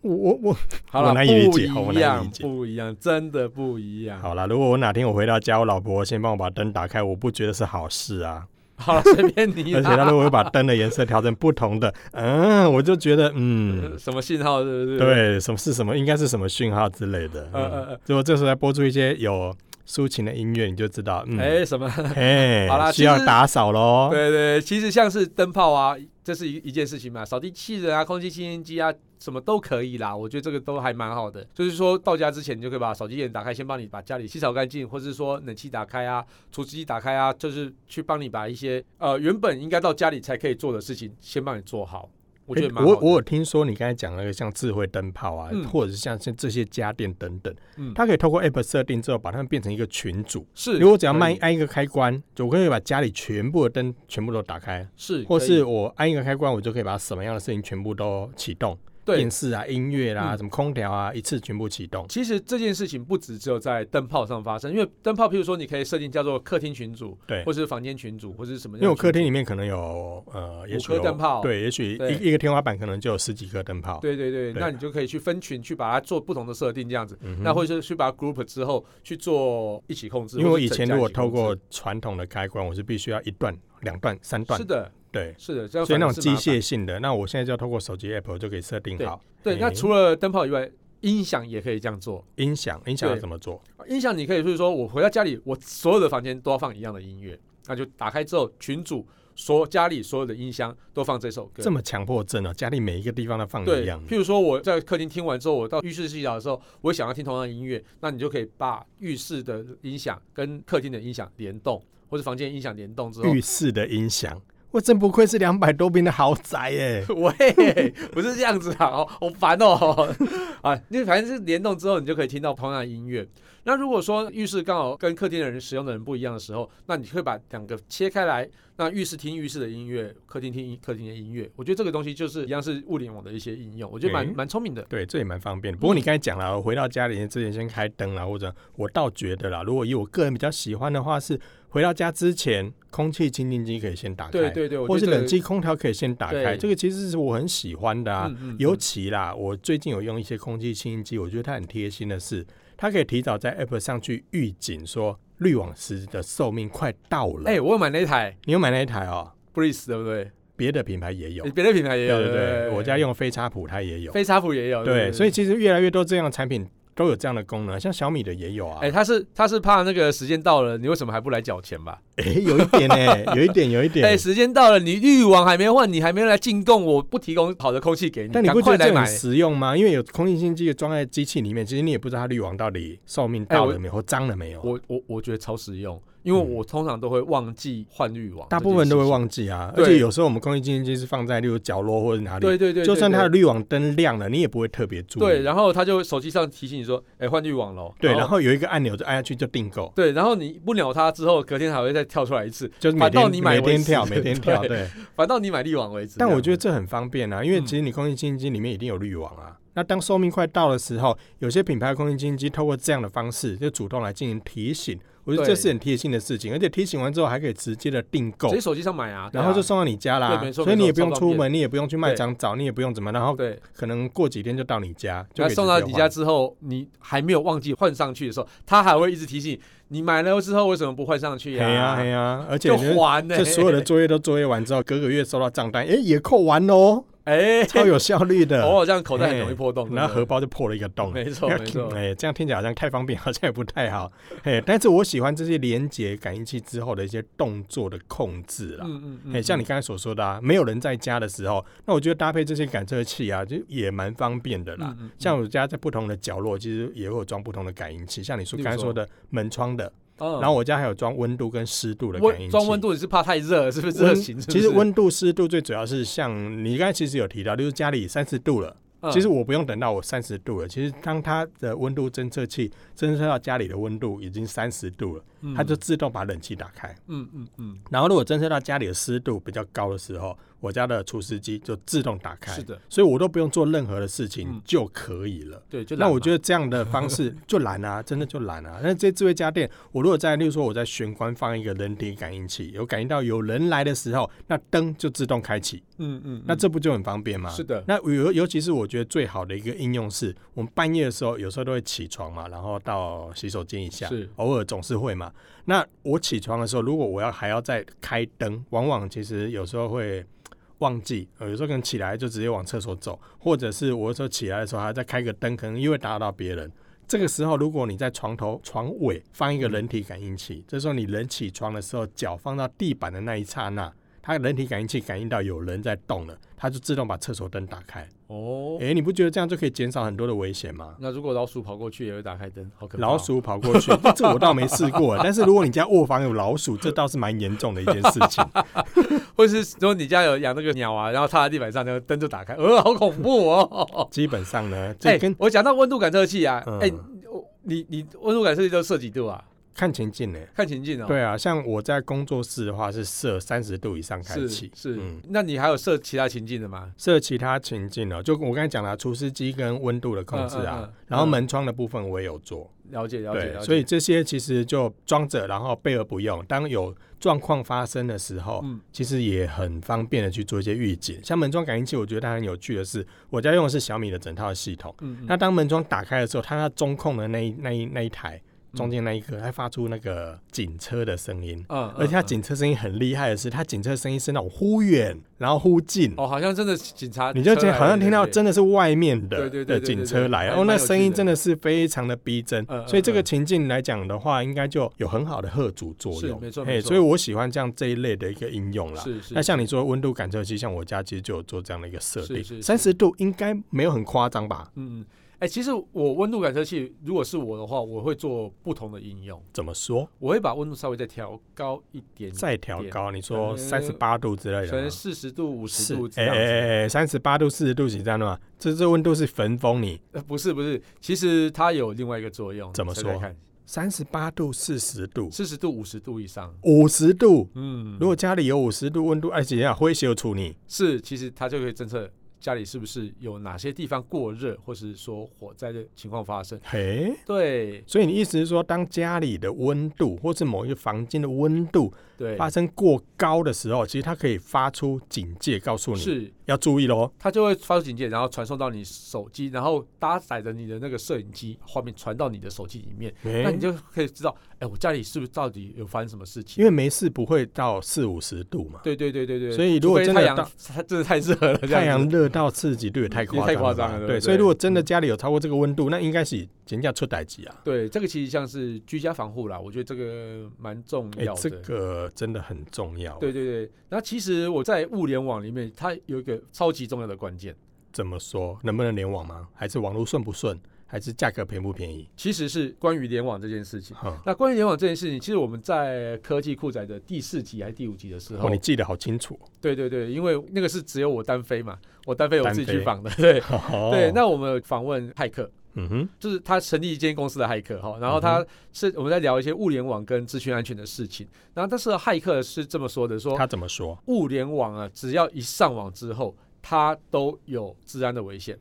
A: 我我我
B: 好了，
A: 我难以理解好
B: 不
A: 我
B: 一
A: 难以
B: 样
A: 理，解
B: 不一样，真的不一样。
A: 好啦，如果我哪天我回到家，我老婆先帮我把灯打开，我不觉得是好事啊。
B: 好了，随便 你啊
A: 而且她
B: 啦。
A: 如果把灯的颜色调成不同的，嗯，我就觉得嗯
B: 呃，什么信号是不是？，
A: 对，什么是什么，应该是什么讯号之类的。
B: 呃呃
A: 嗯
B: 呃
A: 如果这时候再播出一些有抒情的音乐，你就知道，嗯，
B: 哎，什么？
A: 哎，
B: 好啦
A: 需要
B: 其实
A: 打扫喽。
B: 对对，其实像是灯泡啊，这是一一件事情嘛，扫地机器人啊，空气清新机啊，什么都可以啦。我觉得这个都还蛮好的，就是说到家之前，你就可以把扫地机器人打开，先帮你把家里清扫干净，或是说冷气打开啊，除湿机打开啊，就是去帮你把一些呃原本应该到家里才可以做的事情，先帮你做好。我觉得
A: 诶
B: 蛮好
A: 我
B: 的。
A: 我有听说你刚才讲那个像智慧灯泡啊，
B: 嗯
A: 或者是像像这些家电等等，
B: 嗯
A: 它可以透过 App 设定之后，把它们变成一个群组。
B: 是，
A: 如果只要按
B: 可以
A: 按一个开关，我可以把家里全部的灯全部都打开，
B: 是，
A: 或
B: 可以
A: 是我按一个开关，我就可以把什么样的事情全部都启动，
B: 对
A: 电视啊、音乐啦、
B: 嗯
A: 什么空调啊，一次全部启动。
B: 其实这件事情不只只有在灯泡上发生，因为灯泡，譬如说你可以设定叫做客厅群组，
A: 对
B: 或是房间群组，或是什么
A: 因
B: 样
A: 为我
B: 的群组。
A: 客厅里面可能有呃，也许
B: 颗
A: 有
B: 灯泡
A: 对，也许
B: 对
A: 一一个天花板可能就有十几颗灯泡。
B: 对对对，
A: 对
B: 那你就可以去分群去把它做不同的设定，这样子。
A: 嗯哼
B: 那或者是去把它 group 之后去做一起控制，
A: 因为我
B: 或是
A: 以
B: 整
A: 前
B: 家
A: 如果
B: 一起控
A: 透
B: 制
A: 过传统的开关，我是必须要一段、两段、三段
B: 是，的，
A: 对，
B: 是的，这样
A: 所以那
B: 反而
A: 种
B: 是
A: 机
B: 麻烦
A: 械哎性的，那我现在就要透过手机 app 我就可以设定好
B: 对。那
A: 诶
B: 除了灯泡以外，音响也可以这样做。
A: 音响，音响要
B: 对
A: 怎么做？
B: 音响你可以就是说我回到家里，我所有的房间都要放一样的音乐，那就打开之后群组。所家里所有的音箱都放这首歌，
A: 这么强迫症啊，家里每一个地方都放
B: 对
A: 一，样的，
B: 譬如说我在客厅听完之后，我到浴室洗澡的时候，我想要听同样的音乐，那你就可以把浴室的音响跟客厅的音响联动，或者房间音响联动之后。。
A: 浴室的音响，我真不愧是两百多平的豪宅耶
B: 喂，不是这样子啊，好好烦哦！ 啊，那反正是联动之后，你就可以听到同样的音乐。那如果说浴室刚好跟客厅的人使用的人不一样的时候，那你可以把两个切开来，那浴室听浴室的音乐，客厅听客厅的音乐。我觉得这个东西就是一样是物联网的一些应用，我觉得蛮
A: 诶
B: 蛮聪明的。
A: 对，这也蛮方
B: 嗯
A: 便的。不过你刚才讲了，我回到家里之前先开灯啦，或者我倒觉得啦，如果以我个人比较喜欢的话，是回到家之前，空气清净机可以先打开，
B: 对对对，我
A: 或是
B: 觉得这
A: 冷
B: 个
A: 气、空调可以先打开，
B: 对
A: 这个其实是我很喜欢的啊。
B: 嗯嗯
A: 尤
B: 嗯
A: 其啦，我最近有用一些空气清新机，我觉得它很贴心的是，它可以提早在 App 上去预警说滤网石的寿命快到了。
B: 哎、我有买那一台
A: 你有买那一台哦？
B: Breeze，对不对？
A: 别的品牌也有
B: 诶，别的品牌也
A: 对
B: 有，
A: 对
B: 呃对
A: 对，我家用飞叉谱它也有，
B: 飞叉谱也有，
A: 对，所以
B: 哦对
A: 其实越来越多这样的产品都有这样的功能，像小米的也有啊
B: 哎、。他是他是怕那个时间到了，你为什么还不来缴钱吧？
A: 哎，有一点 呢，有一点，有一
B: 哎、
A: 点。
B: 时间到了，你滤网还没换，你还没来进贡，我不提供好的空气给你，
A: 但你不
B: 赶
A: 觉
B: 快
A: 得
B: 来
A: 这很
B: 买。
A: 实用吗？因为有空气清新机装在机器里面，其实你也不知道它滤网到底寿命
B: 哎
A: 到
B: 我
A: 了没有，或脏了没有。
B: 我我我觉得超实用，因为
A: 嗯
B: 我通常都会忘记换滤网，
A: 大部分都会
B: 记。
A: 忘记啊，而
B: 对
A: 且有时候我们空气清新机是放在例如角落或者哪里，
B: 对对对，
A: 就算它的
B: 对
A: 滤网灯亮了，你也不会特别注意。
B: 对，然后他就手机上提醒你说，哎、换滤网喽。
A: 对然后有一个按钮就按下去就订购，
B: 对，然后你不鸟它之后，隔天还会再跳出来一次，
A: 就是每
B: 反倒
A: 天
B: 你买
A: 每天
B: 为止
A: 跳每天跳，
B: 对
A: 对。
B: 反倒你买滤网为止。
A: 但我觉得
B: 得。
A: 这很方便啊，因为
B: 嗯
A: 其实你空气清新机里面一定有滤网啊。那当寿命快到的时候，有些品牌的空气清新机透过这样的方式就主动来进行提醒，我觉得这
B: 对
A: 是很贴心的事情，而且提醒完之后还可以直接的订购
B: 直接。手机上买啊，对
A: 然后
B: 啊
A: 就送到你家啦
B: 对，没错
A: 所以你也
B: 没错
A: 不用
B: 超方
A: 出
B: 便
A: 门，你也不用去卖
B: 对
A: 场找，你也不用怎么，然后
B: 对，
A: 可能过几天就到你家，就
B: 那
A: 可以
B: 送
A: 直接
B: 到你
A: 换
B: 家之后，你还没有忘记换上去的时候，他还会一直提醒你买了之后为什么不换上去
A: 嘿呀嘿
B: 呀，
A: 呀，而且
B: 啊就欸
A: 就是
B: 还呢、
A: 这所有的作业都作业完之后，隔个月收到账单，哎，也扣完喽。
B: 哎，
A: 超有效率的。
B: 偶尔这样口袋很容易破洞，
A: 然后荷
B: 对不
A: 包就破了一个洞，
B: 没错
A: 要
B: 没错
A: 哎，这样听起来好像太方便，好像也不太好，哎，但是我喜欢这些连接感应器之后的一些动作的控制
B: 对
A: 啦，
B: 嗯嗯嗯，
A: 哎，像你刚才所说的啊，没有人在家的时候，那我觉得搭配这些感测器啊，就也蛮方便的啦。
B: 嗯嗯嗯
A: 像我家在不同的角落，其实也会有装不同的感应器，像你说
B: 例如
A: 刚才
B: 说
A: 说的门窗的，
B: 嗯
A: 然后我家还有装温度跟湿度的感应
B: 温
A: 器。
B: 装温度，你是怕太热，是不是热
A: 温
B: 情？是不
A: 其实
B: 是
A: 温度、湿度最主要是像你刚才其实有提到，就是家里三十度了，
B: 嗯
A: 其实我不用等到我三十度了。其实当它的温度侦测器侦测到家里的温度已经三十度了，
B: 嗯
A: 它就自动把冷气打开。
B: 嗯嗯嗯，
A: 然后如果侦测到家里的湿度比较高的时候，我家的除湿机就自动打开
B: 是，的，
A: 所以我都不用做任何的事
B: 嗯
A: 情就可以了。
B: 对，就
A: 那我
B: 觉
A: 觉得这样的方 式就懒啊，真的就懒啊。那这智慧家电，我如果在，例如说我在玄关放一个人体感应器，有感应到有人来的时候，那灯就自动开启，
B: 嗯嗯，
A: 那
B: 嗯
A: 这不就很方便吗？
B: 是的，
A: 那尤尤其是我觉得最好的一个应用是，我们半夜的时候有时候都会起床嘛，然后到洗手间一下，
B: 是
A: 偶尔总是会嘛。那我起床的时候，如果我要还要再开灯，往往其实有时候会忘记，呃，有时候可能起来就直接往厕所走，或者是我有时候起来的时候还要再开个灯，可能又会打扰到别人。这个时候，如果你在床头、床尾放一个人体感应器，这时候你人起床的时候，脚放到地板的那一刹那，它人体感应器感应到有人在动了，它就自动把厕所灯打开。
B: 哦。
A: 诶，你不觉得这样就可以减少很多的危险吗？
B: 那如果老鼠跑过去也会打开灯，好可怕哦！
A: 老鼠跑过去，这我倒没试过。但是如果你家卧房有老鼠，这倒是蛮严重的一件事情。
B: 或是如果你家有养那个鸟啊，然后踏在地板上，那个灯就打开，呃，好恐怖哦！
A: 基本上呢，
B: 哎、
A: 这跟
B: 我讲到温度感测器啊，
A: 嗯
B: 哎、我你你温度感测器都设几度啊？
A: 看情境呢、
B: 看情境哦。，
A: 对啊，像我在工作室的话是设三十度以上开
B: 是
A: 启，
B: 是、
A: 嗯
B: 那你还有设其他情境的吗？
A: 设其他情境哦，就我刚才讲了，除湿机跟温度的控制啊，
B: 嗯嗯嗯
A: 然后门窗的部分我也有做，
B: 了解了解了
A: 对，
B: 解。
A: 所以这些其实就装着，然后备而不用。当有状况发生的时候，
B: 嗯
A: 其实也很方便的去做一些预警。像门窗感应器，我觉得它很有趣的是，我家用的是小米的整套系统。
B: 嗯嗯
A: 那当门窗打开的时候，它那中控的那一那一那一台中间那一颗，它发出那个警车的声音。
B: 嗯，
A: 而且它
B: 嗯
A: 警车声音很厉害的是，它警车声音是那种忽远然后忽近，
B: 哦，好像真的警察，
A: 你就觉
B: 车
A: 得
B: 来
A: 好像
B: 了
A: 听到
B: 对
A: 真的是外面
B: 对
A: 的
B: 对对对
A: 的
B: 对
A: 警
B: 对
A: 车来，
B: 还
A: 哦，
B: 蛮
A: 那
B: 有
A: 声
B: 趣
A: 音
B: 的
A: 真的是非常的逼真
B: 嗯嗯，
A: 所以这个
B: 嗯
A: 情境来讲的话，应该就有很好的贺主作
B: 是
A: 用，
B: 没错
A: 嘿
B: 没错
A: 所以我喜欢这样这一类的一个应用
B: 不对
A: 啦。
B: 是是。
A: 那像你说温度感测器，像我家其实就有做这样的一个设
B: 是是
A: 定，
B: 是
A: 三十度应该没有很夸张吧？
B: 嗯，嗯哎、其实我温度感测器，如果是我的话，我会做不同的应用，
A: 怎么说？
B: 我会把温度稍微再调高一点点，
A: 再调高，你说
B: 呃
A: 三十八度之类
B: 可
A: 的
B: 能
A: 吗？
B: 四十度、五十
A: 是
B: 度，这
A: 哎
B: 样子。
A: 哎哎，三十八度、四十度起这样的嘛？这这温度是焚风你，
B: 呃，不是不是，其实它有另外一个作用。
A: 怎么
B: 猜猜
A: 说
B: 看，
A: 三十八度、四十度、
B: 四十度、五十度以上，
A: 五十度，
B: 嗯，
A: 如果家里有五十度温哎度，而且要灰有处理，
B: 是，其实它就可以侦测家里是不是有哪些地方过热，或是说火灾的情况发生。
A: 嘿，
B: 对
A: 所以你意思是说，当家里的温度或是某一个房间的温度
B: 对，
A: 发生过高的时候，其实它可以发出警戒，告诉你
B: 是
A: 要注意喽。
B: 它就会发出警戒，然后传送到你手机，然后搭载着你的那个摄影机画面传到你的手机里面，那
A: 嘿
B: 你就可以知道，哎，我家里是不是到底有发生什么事情？
A: 因为没事不会到四五十度嘛，
B: 对对对对对，
A: 所以如
B: 除
A: 果
B: 非
A: 真
B: 太
A: 的
B: 阳
A: 到
B: 它真的太热了，这样
A: 太阳
B: 子
A: 热到四十几度也太
B: 也
A: 夸张
B: 太
A: 了吧，
B: 夸张了对不
A: 对，
B: 对
A: 所以如果真的家里有超过这个温度，那应该是人家出歹机啊。
B: 对，这个其实像是居家防护啦，我觉得这个蛮重
A: 哎、
B: 嗯要的。
A: 这个真的很重要。
B: 对，对对，那其实我在物联网里面，它有一个超级重要的关键，
A: 怎么说？能不能联网吗？还是网络顺不顺？还是价格便不便宜？
B: 其实是关于联网这件事情。
A: 哈、
B: 那关于联网这件事情，其实我们在科技酷宅的第四集还是第五集的时候
A: 哦，，你记得好清楚。
B: 对对对，因为那个是只有我单飞嘛，我单飞我
A: 单
B: 自己去
A: 飞哦
B: 访的， 对 对
A: 对。
B: 那我们访问骇客，
A: 嗯哼，
B: 就是他成立一间公司的骇客哈，
A: 嗯
B: 然后他是我们在聊一些物联网跟资讯安全的事情，然后但是骇客是这么说的，说
A: 他怎么说？
B: 物联网啊，只要一上网之后，它都有治安的危险。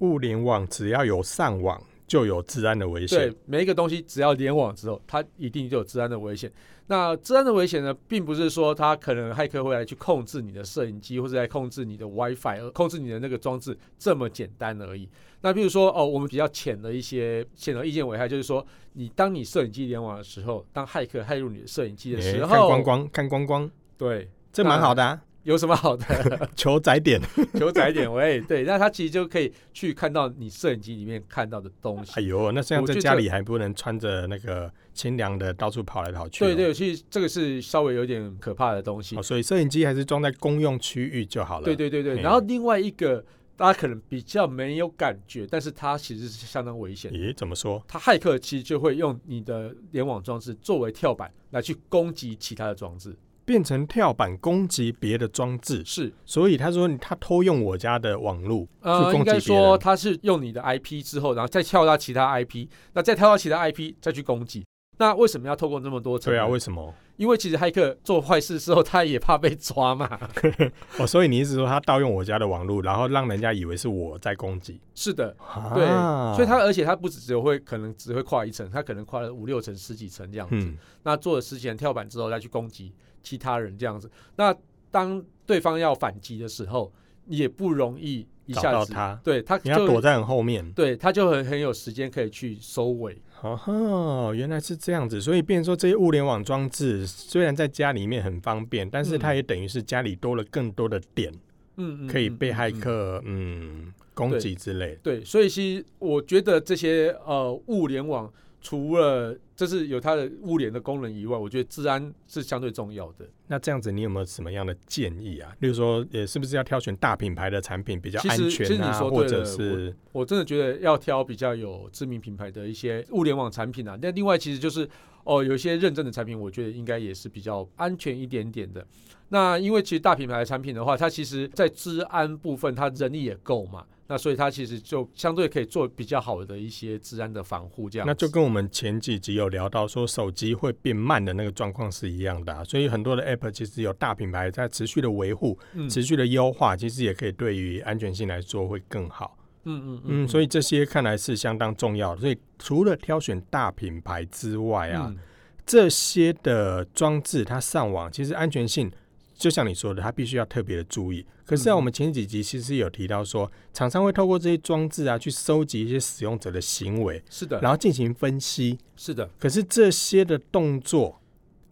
A: 物联网只要有上网，就有治安的危险
B: 对。，每一个东西只要联网之后，它一定就有治安的危险。那治安的危险呢，并不是说它可能骇客会来去控制你的摄影机，或者来控制你的 WiFi，呃控制你的那个装置这么简单而已。那比如说哦，我们比较浅的一些显而易见危害，就是说你当你摄影机联网的时候，当骇客骇入你的摄影机的
A: 诶
B: 时
A: 哎看
B: 候，
A: 光光，看光光，
B: 对，
A: 这蛮好的、啊。
B: 有什么好 的？
A: 求窄点，
B: 求窄一点，喂，对，那他其实就可以去看到你摄影机里面看到的东西。
A: 哎呦，那这样
B: 我
A: 在
B: 觉
A: 家
B: 得
A: 里还不能穿着那个清凉的到处跑来跑去、
B: 对对，，其实这个是稍微有点可怕的东西
A: 哦，。所以摄影机还是装在公用区域就好了。
B: 对对对对，
A: 嗯
B: 然后另外一个大家可能比较没有感觉，但是它其实是相当危险的。
A: 咦，怎么说？
B: 它骇客其实就会用你的联网装置作为跳板来去攻击其他的装置。
A: 变成跳板攻击别的装置，
B: 是，
A: 所以他说你他偷用我家的网路
B: 呃，
A: 去
B: 应
A: 攻击
B: 该
A: 别
B: 说
A: 人。
B: 它是用你的 IP 之后，然后再跳到其他 IP，那再跳到其他 IP 再去攻击。那为什么要透过那么多层
A: 对
B: 呢？
A: 啊，为什么？
B: 因为其实骇客做坏事之后，他也怕被抓嘛。
A: 哦，所以你意思说他盗用我家的网路，然后让人家以为是我在攻击？
B: 是的，对，
A: 啊
B: 所以他而且他不止只有会可能只会跨一层，他可能跨了五六层、十几层这样子。
A: 嗯，
B: 那做了十几层跳板之后，再去攻击其他人这样子。那当对方要反击的时候，也不容易一
A: 找到
B: 下子，
A: 他，
B: 对他
A: 你要躲
B: 就
A: 在很后面。
B: 对他就很很有时间可以去收尾。
A: 哦，原来是这样子，所以变成说这些物联网装置虽然在家里面很方便，但是
B: 嗯
A: 它也等于是家里多了更多的点，
B: 嗯，嗯
A: 可以被骇。
B: 嗯嗯嗯
A: 客嗯攻
B: 对
A: 击之类的。
B: 对，所以其实我觉得这些呃物联网，除了这是有它的物联的功能以外，我觉得治安是相对重要的。
A: 那这样子，你有没有什么样的建议啊？例如说，呃，是不是要挑选大品牌的产品比较
B: 其实
A: 安
B: 其实
A: 全
B: 你
A: 啊，
B: 说对
A: 或者
B: 了
A: 是
B: 我真的觉得要挑比较有知名品牌的一些物联网产品啊。那另外其实就是哦，有一些认证的产品，我觉得应该也是比较安全一点点的。那因为其实大品牌的产品的话，它其实在治安部分，它人力也够嘛，那所以它其实就相对可以做比较好的一些治安的防护，这样子
A: 那就跟我们前几集有聊到说手机会变慢的那个状况是一样的、啊，所以很多的 app 其实有大品牌在持续的维护、
B: 嗯
A: 持续的优化，其实也可以对于安全性来说会更好。
B: 嗯嗯
A: 嗯，所
B: 以
A: 以这些看来是相当重要的。所以除了挑选大品牌之外啊，
B: 嗯
A: 这些的装置它上网其实安全性，就像你说的，它必须要特别的注意。可是啊，
B: 嗯
A: 我们前几集其实有提到说，厂商会透过这些装置啊，去收集一些使用者的行为，
B: 是的，
A: 然后进行分析。
B: 是的，
A: 可是这些的动作，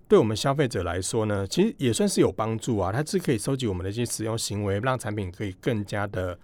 A: 对我们消费者来说呢，其实也算是有帮助啊。它是可以收集我们的一些使用行为，让产品可以更加的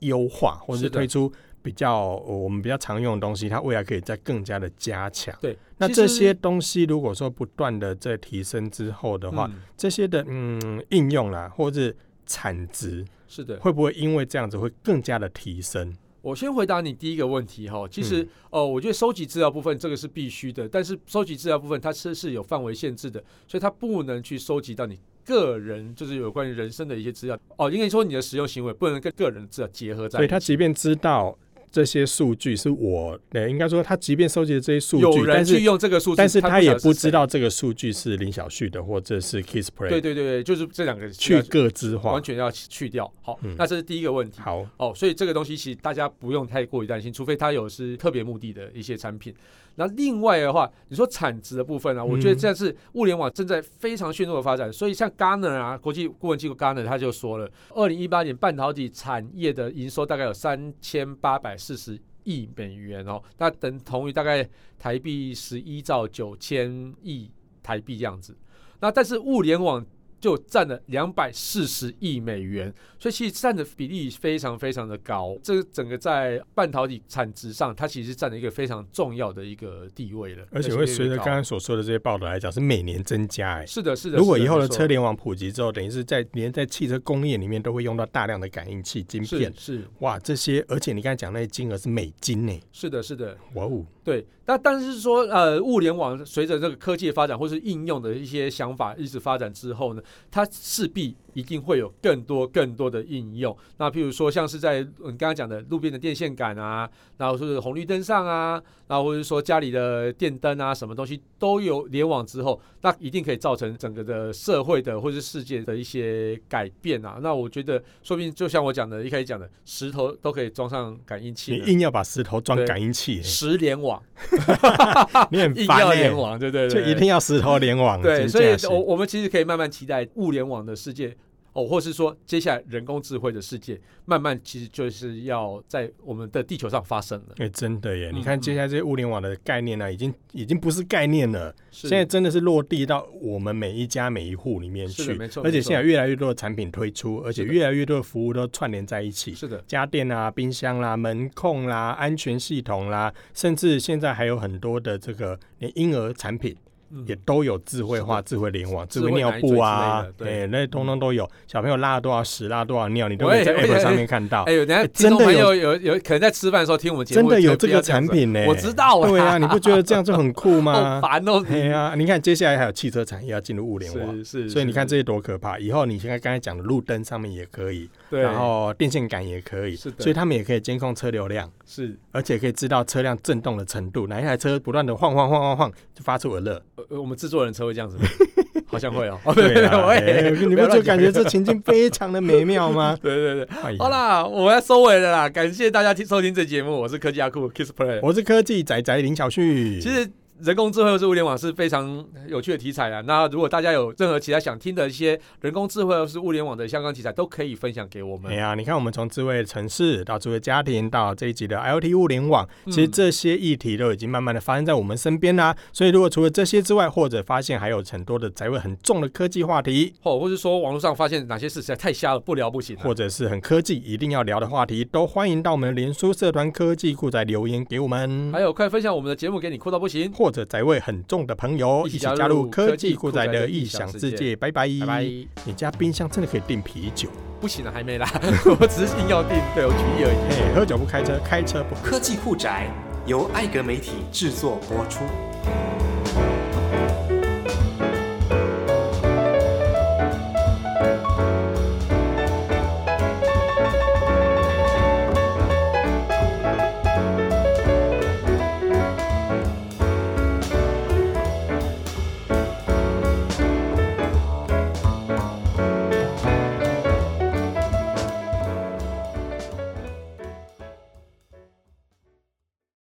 A: 优化，或者
B: 是
A: 是
B: 的
A: 推出比较呃我们比较常用的东西，它未来可以再更加的加强。
B: 对。
A: 那
B: 其
A: 这
B: 实
A: 些东西如果说不断的在提升之后的话，
B: 嗯
A: 这些的嗯应用啦，或者是产值，
B: 是的，
A: 会不会因为这样子会更加的提升？
B: 我先回答你第一个问题哈。其实、
A: 嗯
B: 呃，我觉得收集资料部分这个是必须的，但是收集资料部分它是是有范围限制的，所以它不能去收集到你个人就是有关于人生的一些资料哦，应该说你的使用行为不能跟个人资料结合在
A: 所
B: 一
A: 以
B: 起。
A: 他即便知道这些数据是我，呃，应该说他即便收集了这些数
B: 有
A: 据，
B: 人
A: 但
B: 去
A: 是
B: 用这个数字，
A: 但是他
B: 晓
A: 也
B: 得
A: 不
B: 谁
A: 知。道这个数据是林小旭的或者是 Kiss Play，
B: 对对对对，就是这两个资
A: 去
B: 料
A: 各自化
B: 完。全要去掉。好，
A: 嗯
B: 那这是第一个问题。
A: 好，
B: 哦，所以这个东西其实大家不用太过于担心，除非它有是特别目的的一些产品。那另外的话，你说产值的部分啊，我觉得
A: 嗯
B: 这是物联网正在非常迅速的发展，所以像 Gartner 啊，国际顾问机构 Gartner 他就说了，二零一八年半导体产业的营收大概有三千八百四十。亿美元哦，那等同于大概台币十一兆九千亿台币这样子。那但是物联网就占了两百四十亿美元，所以其实占的比例非常非常的高。这个整个在半导体产值上，它其实占了一个非常重要的一个地位了，
A: 而且会随着
B: 高
A: 刚刚所说的这些报道来讲，是每年增加、哎，
B: 是的，是的。
A: 如果以后
B: 的
A: 的车
B: 没
A: 联网普及之后，等于是在连在汽车工业里面都会用到大量的感应器晶
B: 错
A: 片。
B: 是是
A: 哇，这些，而且你刚才讲那些金额是美金呢，
B: 是的，是的，
A: 哇哦，
B: 对。那但是说，呃，物联网随着这个科技的发展或是应用的一些想法一直发展之后呢，它势必一定会有更多更多的应用。那譬如说，像是在你刚刚讲的路边的电线杆啊，然后是红绿灯上啊，然后或者是说家里的电灯啊，什么东西都有联网之后，那一定可以造成整个的社会的或是世界的一些改变啊。那我觉得，说不定就像我讲的，一开始讲的，石头都可以装上感应器
A: 你
B: 呢，
A: 硬要把石头装
B: 对
A: 感应器、
B: 十联网，
A: 哎 你很
B: 硬
A: 烦
B: 要
A: 哎、
B: 联网，对对
A: 就
B: 对，
A: 一定要石头联网。
B: 对，
A: 真
B: 所以
A: 的是
B: 我我们其实可以慢慢期待物联网的世界。哦，或是说接下来人工智慧的世界，慢慢其实就是要在我们的地球上发生了。
A: 哎、真的耶！
B: 嗯
A: 你看，接下来这些物联网的概念啊呢、已经已经不是概念了，
B: 是
A: 现在真的是落地到我们每一家每一户里面
B: 是的
A: 去
B: 没错，
A: 而且
B: 没错
A: 现在越来越多的产品推出，而且
B: 是的
A: 越来越多的服务都串联在一起，
B: 是的，
A: 家电啦、冰箱啦、门控啦、安全系统啦，甚至现在还有很多的这个连婴儿产品
B: 嗯
A: 也都有智慧化、
B: 是
A: 智慧联网、
B: 智
A: 智
B: 慧
A: 慧尿布
B: 奶
A: 啊
B: 嘴，之类的对
A: 对，那些通通都有。小朋友拉多少屎、拉多少尿，你都可以在
B: 喂喂
A: App 上面看到
B: 哎，呦，等一下
A: 哎
B: 听
A: 真
B: 众
A: 的
B: 朋友有有可能在吃饭的时候听我们节
A: 真
B: 目，
A: 的有
B: 就
A: 这
B: 不要
A: 个
B: 样
A: 产
B: 子，
A: 品呢。
B: 我知道啊，
A: 对啊，你不觉得这样就很酷
B: 好
A: 吗？
B: 烦哦，
A: 哎呀，你看接下来还有汽车产业要进入物联网。
B: 是是，
A: 所以你看
B: 是，
A: 这些多可怕！以后你现在刚才讲的路灯上面也可以，
B: 对，
A: 然后电线杆也可以，
B: 是的
A: 所以他们也可以监控车流量。
B: 是
A: 而且可以知道车辆震动的程度，哪一台车不断的晃晃晃晃晃，就发出 alert。
B: 呃我们制作人车会这样 子吗，好像会哦，
A: 啊，哎
B: 喂，
A: 你
B: 不要
A: 不就
B: 乱讲？
A: 感觉这情境非常的美妙吗
B: 对对对。
A: 哎呀
B: 好，啦，我要收尾了啦，感谢大家听收听这节目，我是科技阿酷 Kiss Play。
A: 我是科技仔仔林小旭。
B: 其实人工智慧或是物联网是非常有趣的题材啊。那如果大家有任何其他想听的一些人工智慧或是物联网的相关题材，都可以分享给我们。
A: 哎呀，你看，我们从智慧城市到智慧家庭，到这一集的 IoT 物联网，
B: 嗯
A: 其实这些议题都已经慢慢的发生在我们身边啦。所以，如果除了这些之外，或者发现还有很多的宅会很重的科技话题，
B: 或或是说网络上发现哪些事实在太瞎了，不聊不行啊、
A: 或者是很科技一定要聊的话题，都欢迎到我们的脸书社团科技库仔留言给我们。
B: 还有快分享我们的节目给你酷到不行，
A: 或者宅位很重的朋友
B: 一
A: 一
B: 起
A: 起
B: 加入
A: 加入
B: 科
A: 科
B: 技
A: 技
B: 酷
A: 酷
B: 宅
A: 宅
B: 的
A: 的
B: 异
A: 异
B: 想
A: 想
B: 世
A: 世
B: 界
A: 界，拜拜
B: 拜拜。
A: 你家冰箱真的可以订啤酒，
B: 不行了、还没啦， 我只是硬要定，对我举例而已。
A: 嘿，喝酒不开车，开车不喝。
C: 科技酷宅由艾格媒体制作播出。